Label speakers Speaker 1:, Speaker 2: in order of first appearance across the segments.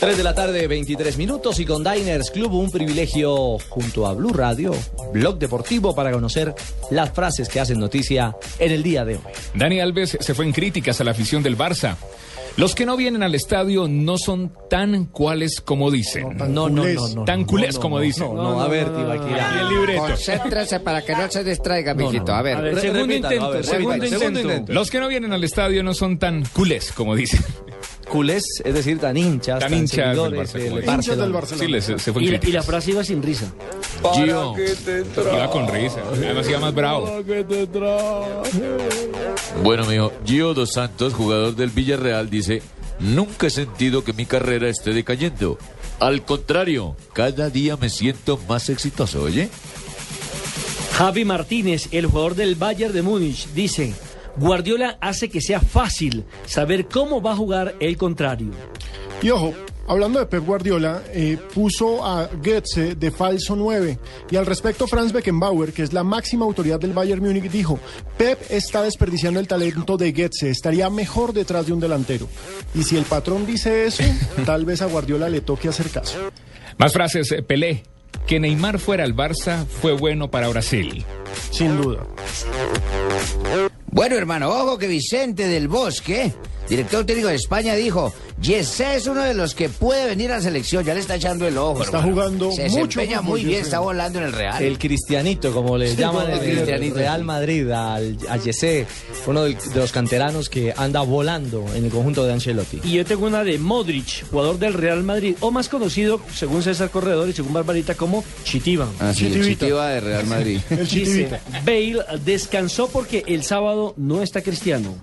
Speaker 1: 3 de la tarde, 23 minutos y con Diners Club un privilegio junto a Blue Radio, blog deportivo para conocer las frases que hacen noticia en el día de hoy.
Speaker 2: Dani Alves se fue en críticas a la afición del Barça. Los que no vienen al estadio no son tan cuales como dicen.
Speaker 1: No, no, no, no.
Speaker 2: Tan
Speaker 1: no,
Speaker 2: culés
Speaker 1: no,
Speaker 2: como
Speaker 1: no,
Speaker 2: dicen.
Speaker 1: No, no, a ver, Tibaquirá.
Speaker 2: El libreto.
Speaker 3: Concéntrese para que no se distraiga, mijito. A
Speaker 4: Ah.
Speaker 3: ver.
Speaker 1: Re- repítalo, a
Speaker 5: segundo
Speaker 1: ver,
Speaker 5: intento,
Speaker 1: repítalo.
Speaker 5: segundo intento.
Speaker 2: Los que no vienen al estadio no son tan culés como dicen.
Speaker 1: Culés, es decir, tan hinchas, tan,
Speaker 2: Tan hinchas del
Speaker 1: seguidores
Speaker 2: Barça,
Speaker 1: del
Speaker 2: como dicen.
Speaker 1: Barcelona.
Speaker 2: Sí, les- se fue
Speaker 5: Y, la-
Speaker 2: en
Speaker 5: y la
Speaker 2: críticas.
Speaker 5: frase iba sin risa.
Speaker 2: Gio, iba con risa. Además iba más bravo.
Speaker 6: Bueno, mijo, Gio Dos Santos, jugador del Villarreal, dice: Nunca he sentido que mi carrera esté decayendo. Al contrario, cada día me siento más exitoso, oye.
Speaker 5: Javi Martínez, el jugador del Bayern de Múnich, dice: Guardiola hace que sea fácil saber cómo va a jugar el contrario.
Speaker 4: Y ojo, hablando de Pep Guardiola, eh, puso a Goetze de falso 9. Y al respecto, Franz Beckenbauer, que es la máxima autoridad del Bayern Múnich, dijo: Pep está desperdiciando el talento de Goetze, estaría mejor detrás de un delantero. Y si el patrón dice eso, tal vez a Guardiola le toque hacer caso.
Speaker 2: Más frases. eh, Pelé. Que Neymar fuera al Barça fue bueno para Brasil.
Speaker 4: Sin duda.
Speaker 3: Bueno, hermano, ojo que Vicente del Bosque, director técnico de España, dijo: Yesé es uno de los que puede venir a la selección. Ya le está echando el ojo.
Speaker 4: Está
Speaker 3: hermano.
Speaker 4: jugando
Speaker 3: Se
Speaker 4: mucho
Speaker 3: desempeña
Speaker 4: fútbol,
Speaker 3: muy bien,
Speaker 4: Yesé.
Speaker 3: está volando en el Real.
Speaker 1: El cristianito, como le llaman
Speaker 3: el
Speaker 1: en el
Speaker 3: cristianito.
Speaker 1: Real Madrid, al, a Yesé, uno del- de los canteranos que anda volando en el conjunto de Ancelotti.
Speaker 5: Y yo tengo una de Modric, jugador del Real Madrid, o más conocido, según César Corredor y según Barbarita, como Chitiba.
Speaker 3: Así, el
Speaker 4: Chitivita.
Speaker 3: Chitiva de Real Madrid.
Speaker 4: El Ah. chitivita.
Speaker 5: Bale descansó porque el sábado no está Cristiano.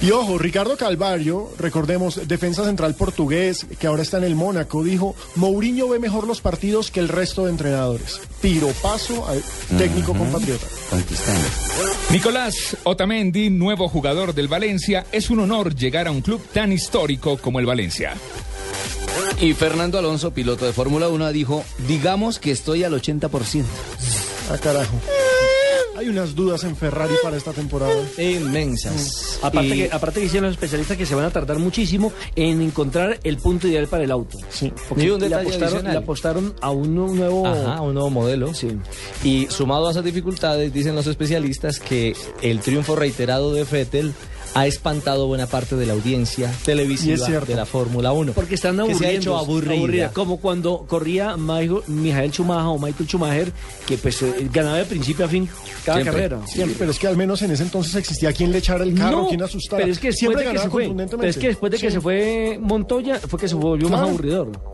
Speaker 4: Y ojo, Ricardo Calvario, recordemos, defensa central portugués, que ahora está en el Mónaco, dijo, Mourinho ve mejor los partidos que el resto de entrenadores. Piropaso al técnico compatriota.
Speaker 2: Nicolás Otamendi, nuevo jugador del Valencia, es un honor llegar a un club tan histórico como el Valencia.
Speaker 7: Y Fernando Alonso, piloto de Fórmula 1, dijo, digamos que estoy al 80%.
Speaker 4: Ah, carajo. Hay unas dudas en Ferrari para esta temporada.
Speaker 5: Eh,
Speaker 1: Inmensas.
Speaker 5: Aparte,
Speaker 1: Y-
Speaker 5: que, aparte que dicen los especialistas que se van a tardar muchísimo en encontrar el punto ideal para el auto.
Speaker 4: Sí.
Speaker 5: Porque
Speaker 1: Y un
Speaker 5: le,
Speaker 1: detalle
Speaker 5: apostaron,
Speaker 1: adicional.
Speaker 5: le apostaron a un nu- nuevo...
Speaker 1: Ajá, un nuevo modelo. Y sumado a esas dificultades, dicen los especialistas que el triunfo reiterado de Fettel ha espantado buena parte de la audiencia
Speaker 4: Y es
Speaker 1: televisiva
Speaker 4: cierto.
Speaker 1: de la Fórmula 1.
Speaker 5: Porque están
Speaker 1: Que
Speaker 5: aburridos.
Speaker 1: se ha hecho aburrida.
Speaker 5: Como cuando corría Michael, Michael Schumacher o Michael Schumacher, que pues eh, ganaba de principio a fin cada carrera.
Speaker 4: Siempre, pero es que al menos en ese entonces existía quien le echara el carro, quien asustara.
Speaker 5: pero es que después
Speaker 4: Siempre
Speaker 5: de que
Speaker 4: ganaba
Speaker 5: se fue, pero
Speaker 4: contundentemente.
Speaker 5: es que después de que
Speaker 4: Sí.
Speaker 5: se fue Montoya, fue que se volvió más
Speaker 4: Claro.
Speaker 5: aburridor.